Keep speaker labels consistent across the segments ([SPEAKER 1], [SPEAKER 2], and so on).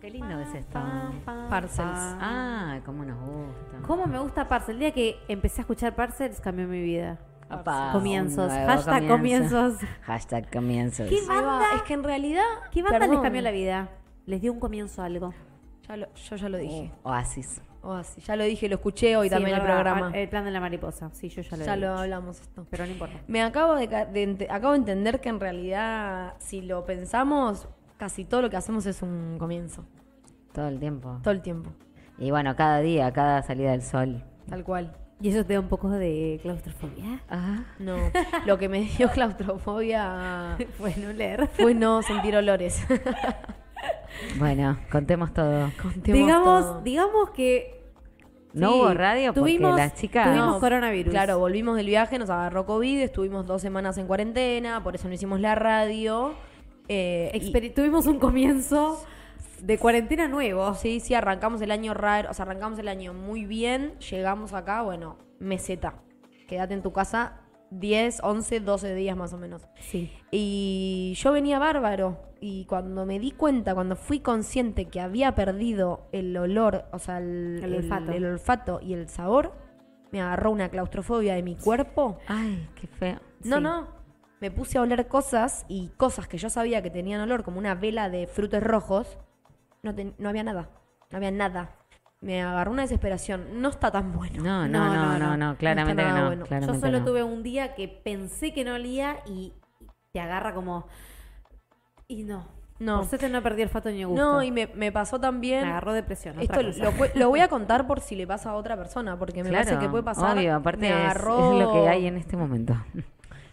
[SPEAKER 1] Qué lindo es esto.
[SPEAKER 2] Pam, pam,
[SPEAKER 1] Parcels.
[SPEAKER 2] pam.
[SPEAKER 1] Ah, cómo nos gusta.
[SPEAKER 2] ¿Cómo me gusta Parcels? El día que empecé a escuchar Parcels cambió mi vida.
[SPEAKER 1] Apá,
[SPEAKER 2] comienzos.
[SPEAKER 1] un nuevo
[SPEAKER 2] Hashtag
[SPEAKER 1] comienzo.
[SPEAKER 2] comienzos.
[SPEAKER 1] Hashtag comienzos.
[SPEAKER 2] ¿Qué
[SPEAKER 3] Ahí va.
[SPEAKER 2] banda?
[SPEAKER 3] Es que en realidad.
[SPEAKER 2] ¿Qué banda les
[SPEAKER 3] Perdón.
[SPEAKER 2] cambió la vida? Les dio un comienzo a algo.
[SPEAKER 3] Ya lo- yo ya lo dije.
[SPEAKER 1] Oasis.
[SPEAKER 3] O así. Ya lo dije, lo escuché hoy
[SPEAKER 2] Eh. Sí,
[SPEAKER 3] también el
[SPEAKER 2] verdad,
[SPEAKER 3] programa.
[SPEAKER 2] ah, El plan de la mariposa. Sí, yo ya lo
[SPEAKER 3] ya
[SPEAKER 2] he
[SPEAKER 3] lo
[SPEAKER 2] dicho.
[SPEAKER 3] hablamos esto.
[SPEAKER 2] Pero no importa.
[SPEAKER 3] Me acabo de, ca- de ente- acabo de entender que en realidad, si lo pensamos, casi todo lo que hacemos es un comienzo.
[SPEAKER 1] Todo el tiempo.
[SPEAKER 3] Todo el tiempo.
[SPEAKER 1] Y bueno, cada día, cada salida del sol.
[SPEAKER 3] Tal cual.
[SPEAKER 2] ¿Y eso te da un poco de claustrofobia?
[SPEAKER 1] Ah,
[SPEAKER 3] No. lo que me dio claustrofobia
[SPEAKER 2] Fue no leer.
[SPEAKER 3] fue no sentir olores.
[SPEAKER 1] bueno, contemos todo.
[SPEAKER 3] Contemos
[SPEAKER 2] Digamos,
[SPEAKER 3] todo.
[SPEAKER 2] digamos que.
[SPEAKER 1] No hubo radio porque las chicas-
[SPEAKER 2] Tuvimos
[SPEAKER 3] No,
[SPEAKER 2] coronavirus.
[SPEAKER 3] Claro, volvimos del viaje, nos agarró COVID, estuvimos dos semanas en cuarentena, por eso no hicimos la radio. Eh, y-
[SPEAKER 2] Experi- tuvimos un comienzo de cuarentena nuevo.
[SPEAKER 3] Sí, sí, arrancamos el año raro, o sea, arrancamos el año muy bien, llegamos acá, bueno, meseta. Quédate en tu casa 10, 11, 12 días más o menos.
[SPEAKER 2] Sí.
[SPEAKER 3] Y yo venía bárbaro y cuando me di cuenta, cuando fui consciente que había perdido el olor, o sea, el,
[SPEAKER 2] El olfato.
[SPEAKER 3] el olfato y el sabor, me agarró una claustrofobia de mi cuerpo.
[SPEAKER 1] ay, qué feo.
[SPEAKER 3] No,
[SPEAKER 2] Sí.
[SPEAKER 3] no. Me puse a oler cosas y cosas que yo sabía que tenían olor, como una vela de frutos rojos. No, ten- no había nada. No había nada. Me agarró una desesperación. No está tan bueno.
[SPEAKER 1] No, no, no, no, no, claramente
[SPEAKER 3] está
[SPEAKER 1] que
[SPEAKER 3] nada
[SPEAKER 1] no.
[SPEAKER 3] bueno. Yo
[SPEAKER 1] claramente
[SPEAKER 2] Yo solo
[SPEAKER 1] no.
[SPEAKER 2] tuve un día que pensé que no olía y te agarra como. Y no.
[SPEAKER 3] No.
[SPEAKER 2] Por suerte no perdí el fato ni el gusto.
[SPEAKER 3] No, y me, me pasó
[SPEAKER 2] me
[SPEAKER 3] también.
[SPEAKER 2] agarró depresión.
[SPEAKER 3] Esto lo, cu- lo voy a contar por si le pasa a otra persona, porque me parece que puede pasar.
[SPEAKER 1] Obvio, aparte
[SPEAKER 3] me
[SPEAKER 1] es-
[SPEAKER 3] agarró,
[SPEAKER 1] es lo que hay en este momento.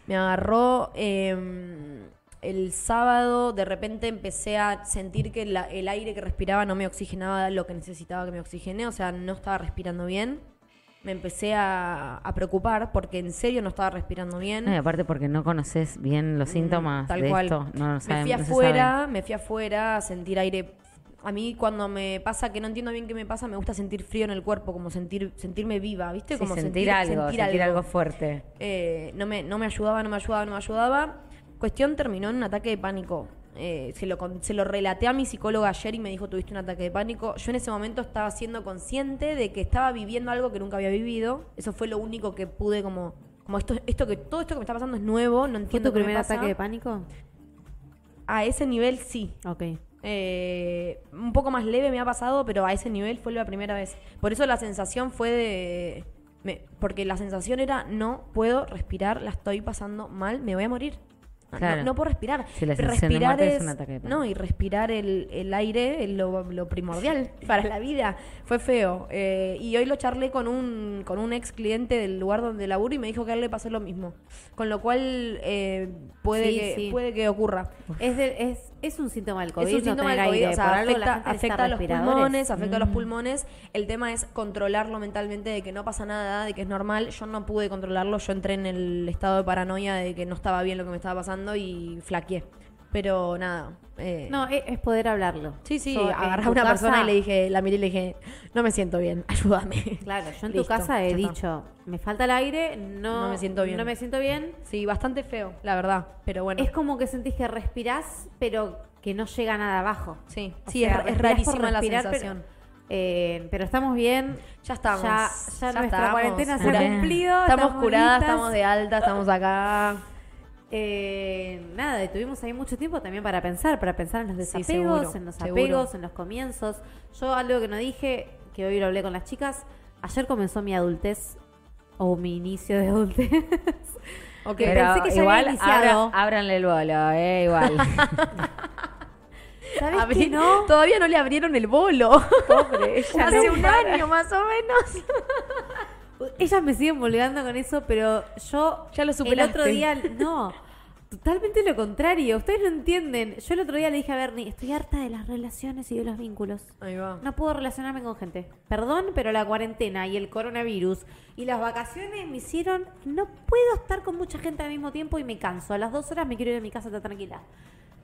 [SPEAKER 3] Me agarró eh, el sábado, de repente empecé a sentir que la- el aire que respiraba no me oxigenaba lo que necesitaba que me oxigene, o sea, no estaba respirando bien. Me empecé a, a preocupar porque en serio no estaba respirando bien.
[SPEAKER 1] No, y aparte porque no conoces bien los Eh, síntomas
[SPEAKER 3] Mm, Tal
[SPEAKER 1] de
[SPEAKER 3] cual.
[SPEAKER 1] esto. No lo saben,
[SPEAKER 3] me fui
[SPEAKER 1] no se sabe.
[SPEAKER 3] afuera, me fui afuera a sentir aire. A mí cuando me pasa que no entiendo bien qué me pasa, me gusta sentir frío en el cuerpo, como sentir sentirme viva, ¿viste?
[SPEAKER 1] Sí,
[SPEAKER 3] como
[SPEAKER 1] sentir, algo, sentir, algo fuerte.
[SPEAKER 3] Eh, no, me, no me ayudaba, no me ayudaba, no me ayudaba. Cuestión terminó en un ataque de pánico. Eh, se, lo, con- se lo relaté a mi psicóloga ayer y me dijo, tuviste un ataque de pánico. Yo en ese momento estaba siendo consciente de que estaba viviendo algo que nunca había vivido. Eso fue lo único que pude como... Como esto, esto que todo esto que me está pasando es nuevo, no
[SPEAKER 2] ¿Fue
[SPEAKER 3] entiendo
[SPEAKER 2] tu
[SPEAKER 3] qué me
[SPEAKER 2] primer
[SPEAKER 3] pasa.
[SPEAKER 2] ataque de pánico?
[SPEAKER 3] A ese nivel sí.
[SPEAKER 2] Ok.
[SPEAKER 3] Eh, un poco más leve me ha pasado, pero a ese nivel fue la primera vez. Por eso la sensación fue de... me- porque la sensación era, no puedo respirar, la estoy pasando mal, me voy a morir. No-
[SPEAKER 1] Claro.
[SPEAKER 3] No, no puedo respirar.
[SPEAKER 1] Sí, la sensación de
[SPEAKER 3] respirar
[SPEAKER 1] muerte es un ataque de pánico.
[SPEAKER 3] No, y respirar el, el aire es lo, lo primordial para la vida. Fue feo. Eh, y hoy lo charlé con un, con un ex cliente del lugar donde laburo y me dijo que a él le pasó lo mismo. Con lo cual eh, puede,
[SPEAKER 2] Sí,
[SPEAKER 3] que,
[SPEAKER 2] sí.
[SPEAKER 3] puede que ocurra.
[SPEAKER 2] Es, del- es, es un síntoma del COVID.
[SPEAKER 3] Es un
[SPEAKER 2] no
[SPEAKER 3] síntoma del
[SPEAKER 2] tener
[SPEAKER 3] COVID,
[SPEAKER 2] aire.
[SPEAKER 3] o sea,
[SPEAKER 2] Por algo la
[SPEAKER 3] afecta,
[SPEAKER 2] gente Mm. necesita
[SPEAKER 3] afecta a los
[SPEAKER 2] respiradores.
[SPEAKER 3] pulmones, afecta a los pulmones. El tema es controlarlo mentalmente, de que no pasa nada, de que es normal. Yo no pude controlarlo, yo entré en el estado de paranoia de que no estaba bien lo que me estaba pasando y flaqueé. Pero nada. eh,
[SPEAKER 2] No, es, es poder hablarlo.
[SPEAKER 3] sí, sí,
[SPEAKER 2] Yo, eh, en
[SPEAKER 3] agarré a
[SPEAKER 2] tu
[SPEAKER 3] una persona
[SPEAKER 2] casa-
[SPEAKER 3] y le dije, la miré y le dije, no me siento bien, ayúdame.
[SPEAKER 2] Claro, yo en tu
[SPEAKER 3] Listo,
[SPEAKER 2] casa he
[SPEAKER 3] ya está.
[SPEAKER 2] dicho, me falta el aire, no,
[SPEAKER 3] No me siento bien.
[SPEAKER 2] No me siento bien.
[SPEAKER 3] Sí, bastante feo, la verdad. Pero bueno.
[SPEAKER 2] Es como que sentís que respirás, pero que no llega nada abajo.
[SPEAKER 3] sí,
[SPEAKER 2] O
[SPEAKER 3] sí, es-
[SPEAKER 2] sea,
[SPEAKER 3] es,
[SPEAKER 2] respirás por
[SPEAKER 3] rarísima la
[SPEAKER 2] respirar,
[SPEAKER 3] sensación.
[SPEAKER 2] Pero, eh, pero estamos bien.
[SPEAKER 3] Ya estamos.
[SPEAKER 2] Ya, ya, nuestra
[SPEAKER 3] estamos
[SPEAKER 2] cuarentena se
[SPEAKER 3] cura-
[SPEAKER 2] ha
[SPEAKER 1] curadas.
[SPEAKER 2] cumplido.
[SPEAKER 3] Estamos curadas,
[SPEAKER 2] listas.
[SPEAKER 3] estamos de alta, estamos acá.
[SPEAKER 2] Eh, nada, y tuvimos ahí mucho tiempo también para pensar, para pensar en los
[SPEAKER 3] Sí,
[SPEAKER 2] desapegos,
[SPEAKER 3] seguro,
[SPEAKER 2] en los
[SPEAKER 3] seguro.
[SPEAKER 2] apegos, en los comienzos. Yo algo que no dije, que hoy lo hablé con las chicas, ayer comenzó mi adultez o mi inicio de adultez.
[SPEAKER 3] Ok,
[SPEAKER 2] Que
[SPEAKER 1] Pero
[SPEAKER 2] pensé que ya
[SPEAKER 1] igual,
[SPEAKER 2] había iniciado.
[SPEAKER 3] ah,
[SPEAKER 1] abra- ábranle el bolo, eh, igual.
[SPEAKER 2] ¿Sabes
[SPEAKER 3] Abrí-
[SPEAKER 2] qué no?
[SPEAKER 3] Todavía no le abrieron el bolo.
[SPEAKER 1] Pobre, ella
[SPEAKER 3] Hace
[SPEAKER 1] no-
[SPEAKER 3] un año más o menos.
[SPEAKER 2] Ellas me siguen volviendo con eso, pero yo
[SPEAKER 3] Ya lo
[SPEAKER 2] el
[SPEAKER 3] superaste.
[SPEAKER 2] otro día, no, totalmente lo contrario, ustedes no entienden. Yo el otro día le dije a Bernie, estoy harta de las relaciones y de los vínculos.
[SPEAKER 3] Ahí va.
[SPEAKER 2] No puedo relacionarme con gente. Perdón, pero la cuarentena y el coronavirus y las vacaciones me hicieron. No puedo estar con mucha gente al mismo tiempo y me canso. A las dos horas me quiero ir a mi casa está tranquila.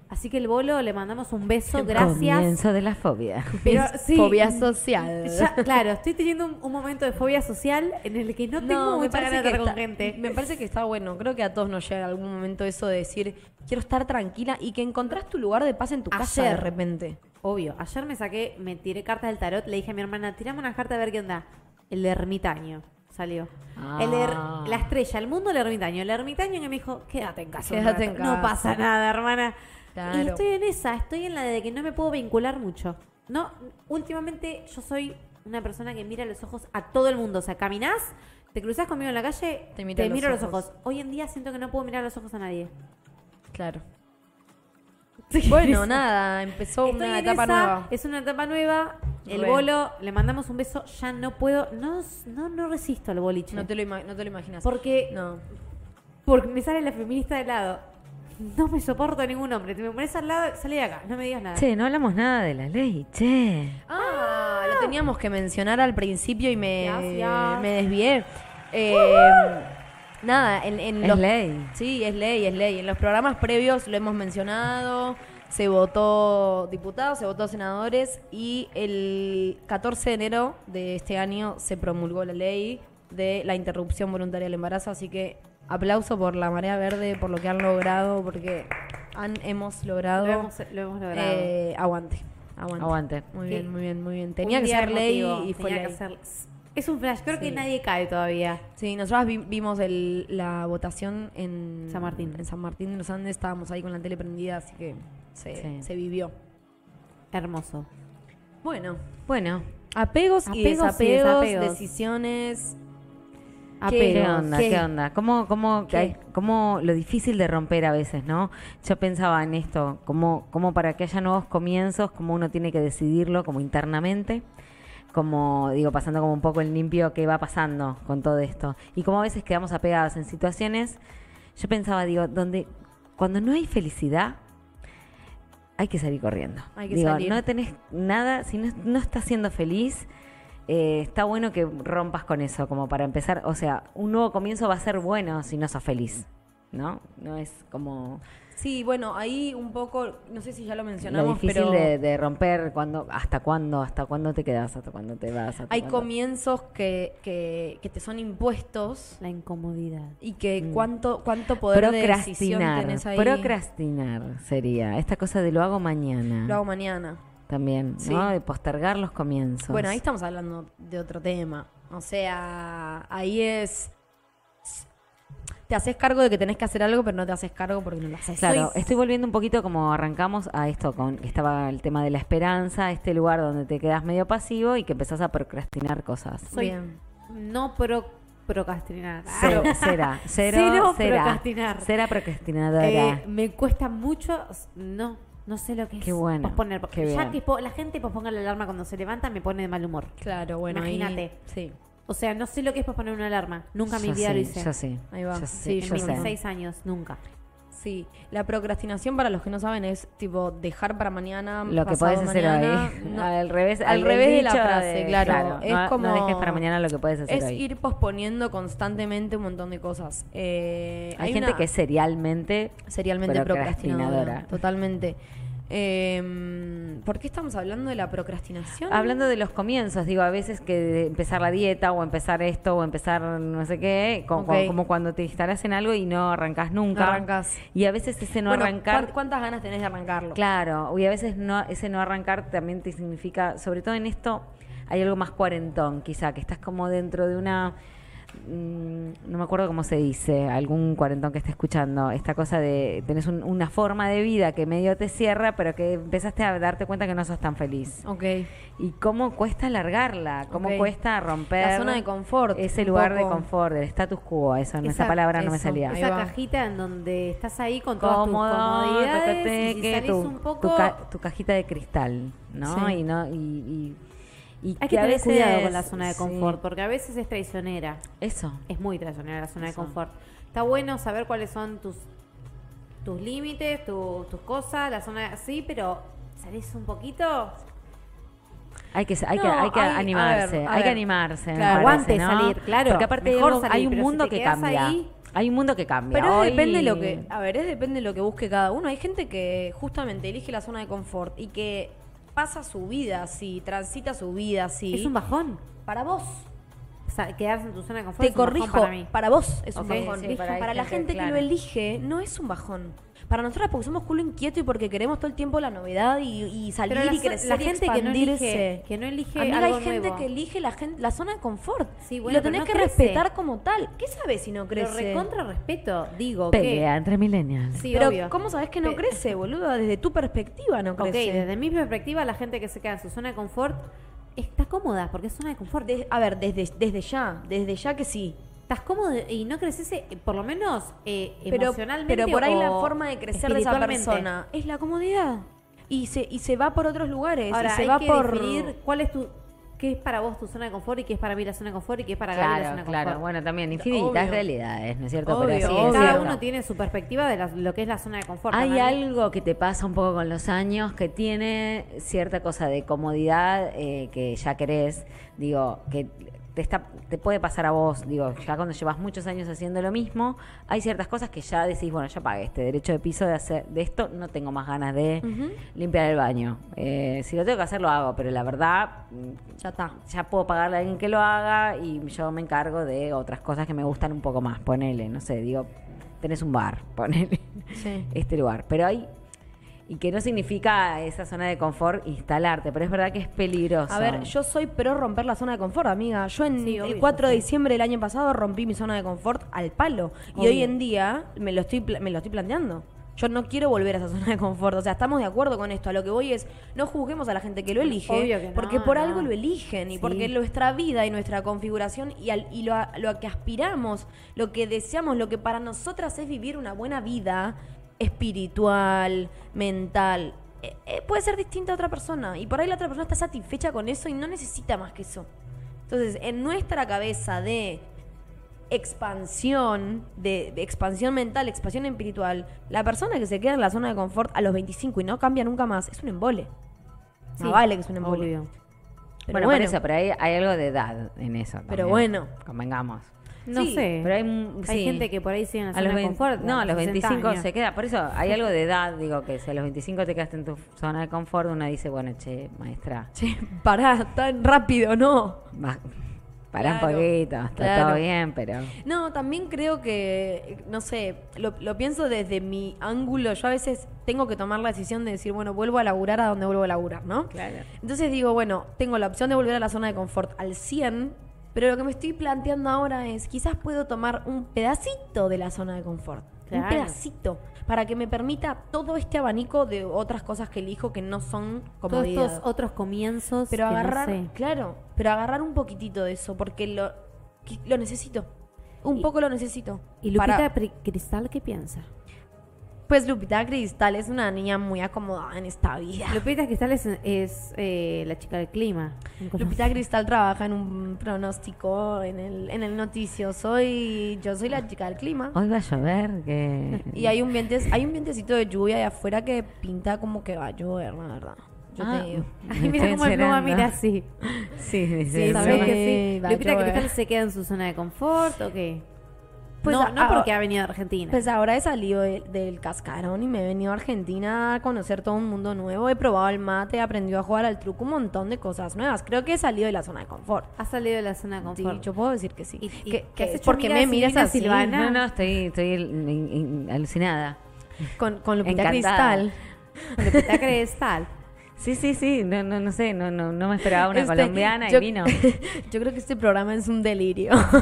[SPEAKER 2] Así que el bolo le mandamos un beso, gracias.
[SPEAKER 1] Comienzo de la fobia.
[SPEAKER 2] Pero sí,
[SPEAKER 3] Fobia social.
[SPEAKER 2] ya, claro, estoy teniendo un, un momento de fobia social en el que no tengo
[SPEAKER 3] me
[SPEAKER 2] mucha
[SPEAKER 3] parece
[SPEAKER 2] ganas de
[SPEAKER 3] que
[SPEAKER 2] estar con
[SPEAKER 3] está-
[SPEAKER 2] gente.
[SPEAKER 3] Me parece que está bueno. Creo que a todos nos llega en algún momento eso de decir, quiero estar tranquila y que encontrás tu lugar de paz en tu casa de
[SPEAKER 2] Ayer.
[SPEAKER 3] repente.
[SPEAKER 2] Obvio, ayer me saqué, me tiré cartas del tarot, le dije a mi hermana, tirame una carta a ver qué onda. El ermitaño salió.
[SPEAKER 1] Ah.
[SPEAKER 2] El er- la estrella, el mundo, el ermitaño. El ermitaño que me dijo, quédate en casa. un
[SPEAKER 3] Quédate
[SPEAKER 2] rato,
[SPEAKER 3] en
[SPEAKER 2] No
[SPEAKER 3] casa".
[SPEAKER 2] pasa nada, hermana. Y
[SPEAKER 3] Claro.
[SPEAKER 2] estoy en esa, estoy en la de que no me puedo vincular mucho. No, últimamente yo soy una persona que mira los ojos a todo el mundo. O sea, caminás, te cruzás conmigo en la calle, te,
[SPEAKER 3] Te miro los
[SPEAKER 2] miro los
[SPEAKER 3] ojos.
[SPEAKER 2] ojos. Hoy en día siento que no puedo mirar los ojos a nadie.
[SPEAKER 3] Claro. Bueno,
[SPEAKER 2] Sí.
[SPEAKER 3] nada, empezó
[SPEAKER 2] Estoy
[SPEAKER 3] una
[SPEAKER 2] en
[SPEAKER 3] etapa
[SPEAKER 2] esa,
[SPEAKER 3] nueva.
[SPEAKER 2] Es una etapa nueva. El
[SPEAKER 3] Re.
[SPEAKER 2] bolo, le mandamos un beso. Ya no puedo, no, no, no resisto al boliche.
[SPEAKER 3] No te, lo ima- no te lo imaginas.
[SPEAKER 2] Porque,
[SPEAKER 3] No.
[SPEAKER 2] porque me sale la feminista de lado. No me soporto ningún hombre. Te me pones al lado, salí de acá. No me digas nada.
[SPEAKER 1] Che, no hablamos nada de la ley, che.
[SPEAKER 3] Ah, lo teníamos que mencionar al principio y me,
[SPEAKER 2] Gracias.
[SPEAKER 3] me desvié. Eh, Nada, en, en
[SPEAKER 1] Es
[SPEAKER 3] los.
[SPEAKER 1] ley.
[SPEAKER 3] Sí, es ley, es ley. En los programas previos lo hemos mencionado. Se votó diputados, se votó senadores y el 14 de enero de este año se promulgó la ley de la interrupción voluntaria del embarazo. Así que aplauso por la marea verde, por lo que han logrado, porque han, hemos logrado.
[SPEAKER 2] Lo hemos, lo hemos logrado.
[SPEAKER 3] Eh, aguante, aguante.
[SPEAKER 1] Aguante.
[SPEAKER 3] Muy
[SPEAKER 2] ¿Qué?
[SPEAKER 3] bien, muy bien, muy bien. Tenía
[SPEAKER 2] Un
[SPEAKER 3] que
[SPEAKER 2] día
[SPEAKER 3] ser ley
[SPEAKER 2] emotivo,
[SPEAKER 3] y fue
[SPEAKER 2] tenía
[SPEAKER 3] ley.
[SPEAKER 2] que ser- Es un flash. Creo que
[SPEAKER 3] Sí.
[SPEAKER 2] nadie cae todavía.
[SPEAKER 3] Sí, nosotras vi- vimos el- la votación en
[SPEAKER 2] San Martín.
[SPEAKER 3] En San Martín de los Andes estábamos ahí con la tele prendida, así que se,
[SPEAKER 1] Sí.
[SPEAKER 3] se vivió.
[SPEAKER 2] Hermoso.
[SPEAKER 3] Bueno,
[SPEAKER 1] Bueno,
[SPEAKER 3] apegos, y
[SPEAKER 2] Apegos y
[SPEAKER 3] desapegos,
[SPEAKER 2] desapegos.
[SPEAKER 3] decisiones.
[SPEAKER 2] Ah,
[SPEAKER 1] ¿Qué,
[SPEAKER 2] Apegos.
[SPEAKER 1] onda?
[SPEAKER 3] ¿Qué?
[SPEAKER 1] ¿Qué, onda? ¿Cómo, cómo,
[SPEAKER 3] ¿Qué?
[SPEAKER 1] hay- cómo lo difícil de romper a veces, ¿no? Yo pensaba en esto, como, como para que haya nuevos comienzos, como uno tiene que decidirlo como internamente, como, digo, pasando como un poco el limpio que va pasando con todo esto. Y como a veces quedamos apegadas en situaciones, yo pensaba, digo, donde cuando no hay felicidad, hay que salir corriendo.
[SPEAKER 3] Hay que
[SPEAKER 1] Digo,
[SPEAKER 3] salir.
[SPEAKER 1] no tenés nada, si no, no estás siendo feliz, eh, está bueno que rompas con eso, como para empezar. O sea, un nuevo comienzo va a ser bueno si no sos feliz, ¿no? No es como
[SPEAKER 3] Sí, bueno, ahí un poco, no sé si ya lo mencionamos,
[SPEAKER 1] lo difícil
[SPEAKER 3] pero
[SPEAKER 1] de, de romper cuando, hasta cuándo, hasta cuándo te quedas, hasta cuándo te vas. hasta
[SPEAKER 3] hay
[SPEAKER 1] cuándo-
[SPEAKER 3] comienzos que, que, que te son impuestos
[SPEAKER 2] La incomodidad.
[SPEAKER 3] y que cuánto, cuánto poder de decisión
[SPEAKER 1] Mm. Procrastinar,
[SPEAKER 3] tenés ahí.
[SPEAKER 1] procrastinar sería esta cosa de lo hago mañana
[SPEAKER 3] Lo hago mañana.
[SPEAKER 1] también,
[SPEAKER 3] Sí.
[SPEAKER 1] ¿no? De postergar los comienzos.
[SPEAKER 3] Bueno, ahí estamos hablando de otro tema. O sea, ahí es. Te haces cargo de que tenés que hacer algo, pero no te haces cargo porque no lo haces.
[SPEAKER 1] Claro,
[SPEAKER 3] Soy-
[SPEAKER 1] estoy volviendo un poquito como arrancamos a esto con que estaba el tema de la esperanza, este lugar donde te quedas medio pasivo y que empezás a procrastinar cosas.
[SPEAKER 2] Soy
[SPEAKER 3] Bien.
[SPEAKER 2] no pro, procrastinar.
[SPEAKER 1] Cero, cera, cero,
[SPEAKER 2] Cero
[SPEAKER 1] cera.
[SPEAKER 2] procrastinar.
[SPEAKER 1] Cera procrastinadora.
[SPEAKER 2] Eh, me cuesta mucho, s- no, no sé lo que es
[SPEAKER 1] Qué bueno,
[SPEAKER 2] posponer.
[SPEAKER 1] qué
[SPEAKER 2] ya
[SPEAKER 1] bien.
[SPEAKER 2] que po- la gente posponga la alarma cuando se levanta me pone de mal humor.
[SPEAKER 3] Claro, bueno. ahí-
[SPEAKER 2] Imagínate.
[SPEAKER 3] sí.
[SPEAKER 2] O sea, no sé lo que es posponer una alarma. Nunca en mi
[SPEAKER 1] Yo
[SPEAKER 2] vida
[SPEAKER 1] sí,
[SPEAKER 2] lo hice.
[SPEAKER 1] Yo sí.
[SPEAKER 3] Ahí va.
[SPEAKER 1] Yo
[SPEAKER 3] Sí,
[SPEAKER 1] sí,
[SPEAKER 2] en
[SPEAKER 1] yo
[SPEAKER 2] mis
[SPEAKER 1] sé.
[SPEAKER 2] 16 años, nunca.
[SPEAKER 3] Sí. La procrastinación, para los que no saben, es tipo dejar para mañana.
[SPEAKER 1] Lo que
[SPEAKER 3] pasado
[SPEAKER 1] podés hacer
[SPEAKER 3] mañana.
[SPEAKER 1] hoy.
[SPEAKER 3] No,
[SPEAKER 1] al revés,
[SPEAKER 3] al revés de la
[SPEAKER 1] dicho
[SPEAKER 3] frase, claro. Es
[SPEAKER 1] no, no
[SPEAKER 3] como-
[SPEAKER 1] dejes para mañana lo que puedes hacer
[SPEAKER 3] es
[SPEAKER 1] hoy.
[SPEAKER 3] ir posponiendo constantemente un montón de cosas. Eh,
[SPEAKER 1] hay, gente
[SPEAKER 3] una-
[SPEAKER 1] que es serialmente
[SPEAKER 3] serialmente procrastinadora.
[SPEAKER 1] procrastinadora.
[SPEAKER 3] Totalmente. Eh, ¿Por qué estamos hablando de la procrastinación?
[SPEAKER 1] Hablando de los comienzos, digo, a veces que de empezar la dieta o empezar esto o empezar no sé qué, co- co- como,
[SPEAKER 3] Ok.
[SPEAKER 1] cuando te instalás en algo y no arrancas nunca.
[SPEAKER 3] No arrancás.
[SPEAKER 1] Y a veces ese no
[SPEAKER 3] Bueno,
[SPEAKER 1] arrancar,
[SPEAKER 3] ¿cuán- ¿Cuántas ganas tenés de arrancarlo?
[SPEAKER 1] claro, y a veces no ese no arrancar también te significa, sobre todo en esto, hay algo más cuarentón quizá, que estás como dentro de una... mm, No me acuerdo cómo se dice, algún cuarentón que está escuchando, esta cosa de tenés un- una forma de vida que medio te cierra, pero que empezaste a darte cuenta que no sos tan feliz.
[SPEAKER 3] Ok.
[SPEAKER 1] Y cómo cuesta alargarla, cómo
[SPEAKER 3] Ok.
[SPEAKER 1] cuesta romper
[SPEAKER 3] La zona de confort,
[SPEAKER 1] ese
[SPEAKER 3] un
[SPEAKER 1] lugar de
[SPEAKER 3] poco.
[SPEAKER 1] confort, del status quo, eso, no,
[SPEAKER 2] Esa-
[SPEAKER 1] esa palabra no me
[SPEAKER 3] eso,
[SPEAKER 1] salía.
[SPEAKER 3] Ahí
[SPEAKER 2] Esa
[SPEAKER 3] va.
[SPEAKER 2] cajita en donde estás ahí con todas tus
[SPEAKER 1] Cómodo,
[SPEAKER 2] comodidades
[SPEAKER 1] tocate,
[SPEAKER 2] y si
[SPEAKER 1] que
[SPEAKER 2] salís
[SPEAKER 1] tu,
[SPEAKER 2] un
[SPEAKER 1] tu
[SPEAKER 2] poco...
[SPEAKER 1] ca- tu cajita de cristal, ¿no?
[SPEAKER 3] Sí.
[SPEAKER 1] Y no y, y- y
[SPEAKER 2] hay que
[SPEAKER 1] a
[SPEAKER 2] tener
[SPEAKER 1] veces-
[SPEAKER 2] cuidado con la zona de
[SPEAKER 1] sí,
[SPEAKER 2] confort porque a veces es traicionera.
[SPEAKER 1] Eso.
[SPEAKER 2] Es muy traicionera la zona de
[SPEAKER 1] Eso.
[SPEAKER 2] confort. Está bueno saber cuáles son tus tus límites, tu- tus cosas, la zona así, pero salís un poquito.
[SPEAKER 1] Hay que, hay que,
[SPEAKER 3] No,
[SPEAKER 1] hay que
[SPEAKER 3] hay- a ver,
[SPEAKER 1] animarse,
[SPEAKER 3] a
[SPEAKER 1] hay que
[SPEAKER 3] ver.
[SPEAKER 1] animarse. me
[SPEAKER 3] Claro,
[SPEAKER 1] parece,
[SPEAKER 2] aguante
[SPEAKER 1] ¿no?
[SPEAKER 2] salir, claro,
[SPEAKER 1] Porque aparte hay
[SPEAKER 2] mejor
[SPEAKER 1] algo-
[SPEAKER 2] salir,
[SPEAKER 1] hay un
[SPEAKER 2] pero si
[SPEAKER 1] mundo
[SPEAKER 2] te
[SPEAKER 1] que
[SPEAKER 2] quedás
[SPEAKER 1] cambia.
[SPEAKER 2] ahí-
[SPEAKER 1] hay un mundo que cambia.
[SPEAKER 3] Pero
[SPEAKER 1] Hoy-
[SPEAKER 3] depende de lo que. A ver, es depende de lo que busque cada uno. Hay gente que justamente elige la zona de confort y que pasa su vida así, transita su vida así.
[SPEAKER 2] Es un bajón.
[SPEAKER 3] para vos.
[SPEAKER 2] O sea, quedarse en tu zona de confort
[SPEAKER 3] Te
[SPEAKER 2] es un bajón
[SPEAKER 3] corrijo,
[SPEAKER 2] para mí.
[SPEAKER 3] para vos es un
[SPEAKER 2] Ok,
[SPEAKER 3] bajón.
[SPEAKER 2] sí,
[SPEAKER 1] para
[SPEAKER 3] para
[SPEAKER 1] hay
[SPEAKER 3] la
[SPEAKER 1] gente,
[SPEAKER 3] gente que
[SPEAKER 1] claro.
[SPEAKER 3] lo elige, no es un bajón. para nosotras porque somos culo inquieto y porque queremos todo el tiempo la novedad y, y salir
[SPEAKER 2] Pero la
[SPEAKER 3] y
[SPEAKER 2] zo-
[SPEAKER 3] crecer
[SPEAKER 2] la
[SPEAKER 3] y
[SPEAKER 2] gente que no
[SPEAKER 3] expandirse.
[SPEAKER 2] elige- que no elige
[SPEAKER 3] Amiga,
[SPEAKER 2] algo
[SPEAKER 3] hay gente
[SPEAKER 2] nuevo.
[SPEAKER 3] que elige la, gen- la zona de confort.
[SPEAKER 2] Sí,
[SPEAKER 3] y
[SPEAKER 2] bueno,
[SPEAKER 3] lo tenés
[SPEAKER 2] pero no
[SPEAKER 3] que
[SPEAKER 2] crece.
[SPEAKER 3] respetar como tal. ¿Qué sabes si no
[SPEAKER 2] Pero
[SPEAKER 3] crece?
[SPEAKER 2] recontra respeto, digo
[SPEAKER 1] Pelea entre millennials.
[SPEAKER 2] que... Sí,
[SPEAKER 3] Pero
[SPEAKER 2] obvio.
[SPEAKER 3] ¿cómo sabes que no
[SPEAKER 2] Pe-
[SPEAKER 3] crece, boluda? Desde tu perspectiva no
[SPEAKER 2] Ok,
[SPEAKER 3] crece.
[SPEAKER 2] desde mi perspectiva, la gente que se queda en su zona de confort está cómoda, porque es zona de confort.
[SPEAKER 3] De- a ver, desde, desde ya, desde ya que sí.
[SPEAKER 2] Estás cómodo y no creces, eh, por lo menos eh,
[SPEAKER 3] Pero,
[SPEAKER 2] emocionalmente.
[SPEAKER 3] pero por ahí
[SPEAKER 2] o
[SPEAKER 3] la forma de crecer de esa
[SPEAKER 2] espiritualmente.
[SPEAKER 3] persona es la comodidad. Y se, y se va por otros lugares.
[SPEAKER 2] Ahora,
[SPEAKER 3] y se
[SPEAKER 2] hay
[SPEAKER 3] va
[SPEAKER 2] que
[SPEAKER 3] por...
[SPEAKER 2] definir cuál es tu. ¿Qué es para vos tu zona de confort y qué es para mí la zona de confort y qué es para Gaby la zona
[SPEAKER 1] Claro,
[SPEAKER 2] de
[SPEAKER 1] claro.
[SPEAKER 2] confort?
[SPEAKER 1] Bueno, también infinitas
[SPEAKER 3] Obvio.
[SPEAKER 1] realidades, ¿no es cierto?
[SPEAKER 3] Obvio,
[SPEAKER 1] Pero sí,
[SPEAKER 3] obvio.
[SPEAKER 1] es
[SPEAKER 2] Cada
[SPEAKER 1] cierto.
[SPEAKER 2] uno tiene su perspectiva de las- lo que es la zona de confort.
[SPEAKER 1] Hay
[SPEAKER 2] ¿no?
[SPEAKER 1] algo que te pasa un poco con los años que tiene cierta cosa de comodidad eh, que ya querés, digo, que te, está, te puede pasar a vos, digo, ya cuando llevas muchos años haciendo lo mismo, hay ciertas cosas que ya decís, bueno, ya pagué este derecho de piso de hacer de esto, no tengo más ganas de limpiar el baño. Eh, si lo tengo que hacer, lo hago, pero la verdad, mm,
[SPEAKER 3] Ya está.
[SPEAKER 1] ya puedo pagarle a alguien que lo haga y yo me encargo de otras cosas que me gustan un poco más, ponele, no sé, digo, tenés un bar, ponele
[SPEAKER 3] Sí.
[SPEAKER 1] este lugar. Pero hay. Y que no significa esa zona de confort instalarte, pero es verdad que es peligroso.
[SPEAKER 3] A ver, yo soy pro romper la zona de confort, amiga. Yo en
[SPEAKER 2] Ah. Sí, obvio,
[SPEAKER 3] el 4 de diciembre del año pasado rompí mi zona de confort al palo. Y
[SPEAKER 2] Obvio.
[SPEAKER 3] hoy en día me lo, estoy, pla- me lo estoy planteando. Yo no quiero volver a esa zona de confort. O sea, estamos de acuerdo con esto. A lo que voy es, no juzguemos a la gente que lo elige.
[SPEAKER 2] Obvio que no,
[SPEAKER 3] porque por
[SPEAKER 2] no.
[SPEAKER 3] algo lo eligen. Y
[SPEAKER 1] Sí.
[SPEAKER 3] porque nuestra vida y nuestra configuración y, al- y lo, a, lo a que aspiramos, lo que deseamos, lo que para nosotras es vivir una buena vida espiritual, mental, eh, eh, puede ser distinta a otra persona. Y por ahí la otra persona está satisfecha con eso y no necesita más que eso. Entonces, en nuestra cabeza de expansión, de, de expansión mental, expansión espiritual, la persona que se queda en la zona de confort a los 25 y no cambia nunca más, es un embole.
[SPEAKER 2] Sí,
[SPEAKER 3] no vale que es un embole.
[SPEAKER 2] obvio.
[SPEAKER 3] Pero
[SPEAKER 1] bueno, por eso, pero hay, hay algo de edad en eso. también.
[SPEAKER 3] bueno.
[SPEAKER 1] Convengamos.
[SPEAKER 2] No
[SPEAKER 3] Sí,
[SPEAKER 2] sé.
[SPEAKER 1] Pero hay, un-
[SPEAKER 2] Eh, Hay
[SPEAKER 1] sí.
[SPEAKER 2] gente que por ahí sigue en la
[SPEAKER 1] a
[SPEAKER 2] zona
[SPEAKER 1] los
[SPEAKER 2] de
[SPEAKER 1] 20
[SPEAKER 2] confort.
[SPEAKER 1] No, a los
[SPEAKER 2] 60
[SPEAKER 1] 25
[SPEAKER 2] años.
[SPEAKER 1] se queda. Por eso hay algo de edad, digo, que si a los 25 te quedaste en tu zona de confort, una dice, bueno, che, maestra,
[SPEAKER 3] Che, pará, tan rápido, no.
[SPEAKER 1] va- pará
[SPEAKER 3] Claro,
[SPEAKER 1] un poquito, está
[SPEAKER 3] claro.
[SPEAKER 1] todo bien, pero...
[SPEAKER 3] No, también creo que, no sé, lo, lo pienso desde mi ángulo. Yo a veces tengo que tomar la decisión de decir, bueno, vuelvo a laburar a donde vuelvo a laburar, ¿no?
[SPEAKER 1] Claro.
[SPEAKER 3] Entonces digo, bueno, tengo la opción de volver a la zona de confort al 100, pero lo que me estoy planteando ahora es, quizás puedo tomar un pedacito de la zona de confort. Un
[SPEAKER 2] Claro.
[SPEAKER 3] pedacito. Para que me permita todo este abanico de otras cosas que elijo que no son como
[SPEAKER 2] Todos estos otros comienzos.
[SPEAKER 3] Pero
[SPEAKER 2] que no
[SPEAKER 3] agarrar,
[SPEAKER 2] sé.
[SPEAKER 3] claro, pero agarrar un poquitito de eso, porque lo, que- lo necesito. Un
[SPEAKER 2] Y-
[SPEAKER 3] poco lo necesito.
[SPEAKER 2] ¿Y Lupita
[SPEAKER 3] Para-
[SPEAKER 2] Pri- Cristal qué piensa?
[SPEAKER 3] pues Lupita Cristal es una niña muy acomodada en esta vida.
[SPEAKER 2] Lupita Cristal es, es, eh, la chica del clima.
[SPEAKER 3] Lupita Cristal trabaja en un pronóstico, en el, en el noticioso y yo soy la chica del clima.
[SPEAKER 1] Hoy va a llover, que...
[SPEAKER 3] Y hay un, vientes, hay un vientecito de lluvia de afuera que pinta como que va a llover, la verdad. Yo
[SPEAKER 1] Ah,
[SPEAKER 3] te digo.
[SPEAKER 2] Ay, mira
[SPEAKER 1] Estoy
[SPEAKER 2] cómo el pluma
[SPEAKER 1] llorando.
[SPEAKER 2] mira así.
[SPEAKER 1] Sí, dice,
[SPEAKER 2] Sí,
[SPEAKER 1] el
[SPEAKER 2] sabés
[SPEAKER 1] programa.
[SPEAKER 2] que sí.
[SPEAKER 3] va a
[SPEAKER 2] Lupita
[SPEAKER 3] llover.
[SPEAKER 2] Cristal se queda en su zona de confort, ¿o qué?
[SPEAKER 3] Pues
[SPEAKER 2] no,
[SPEAKER 3] a-
[SPEAKER 2] no porque ha venido a Argentina.
[SPEAKER 3] Pues ahora he salido de- del cascarón y me he venido a Argentina a conocer todo un mundo nuevo. He probado el mate, he aprendido a jugar al truco, un montón de cosas nuevas. Creo que he salido de la zona de confort.
[SPEAKER 2] ha salido de la zona de
[SPEAKER 3] Sí,
[SPEAKER 2] confort.
[SPEAKER 3] yo puedo decir que sí.
[SPEAKER 2] ¿Y- y
[SPEAKER 3] que,
[SPEAKER 2] qué has
[SPEAKER 3] que-
[SPEAKER 2] hecho
[SPEAKER 3] porque
[SPEAKER 2] amiga de
[SPEAKER 3] me miras
[SPEAKER 2] Silvina
[SPEAKER 3] así
[SPEAKER 2] Silvana?
[SPEAKER 1] No, no, estoy, estoy in- in- in- alucinada.
[SPEAKER 3] con, con Lupita
[SPEAKER 1] Encantada.
[SPEAKER 3] Cristal.
[SPEAKER 2] Lupita Cristal.
[SPEAKER 1] Sí, sí, sí, no, no, no sé, no, no, no me esperaba una
[SPEAKER 3] Este,
[SPEAKER 1] colombiana
[SPEAKER 3] yo-
[SPEAKER 1] y vino.
[SPEAKER 3] yo creo que este programa es un delirio.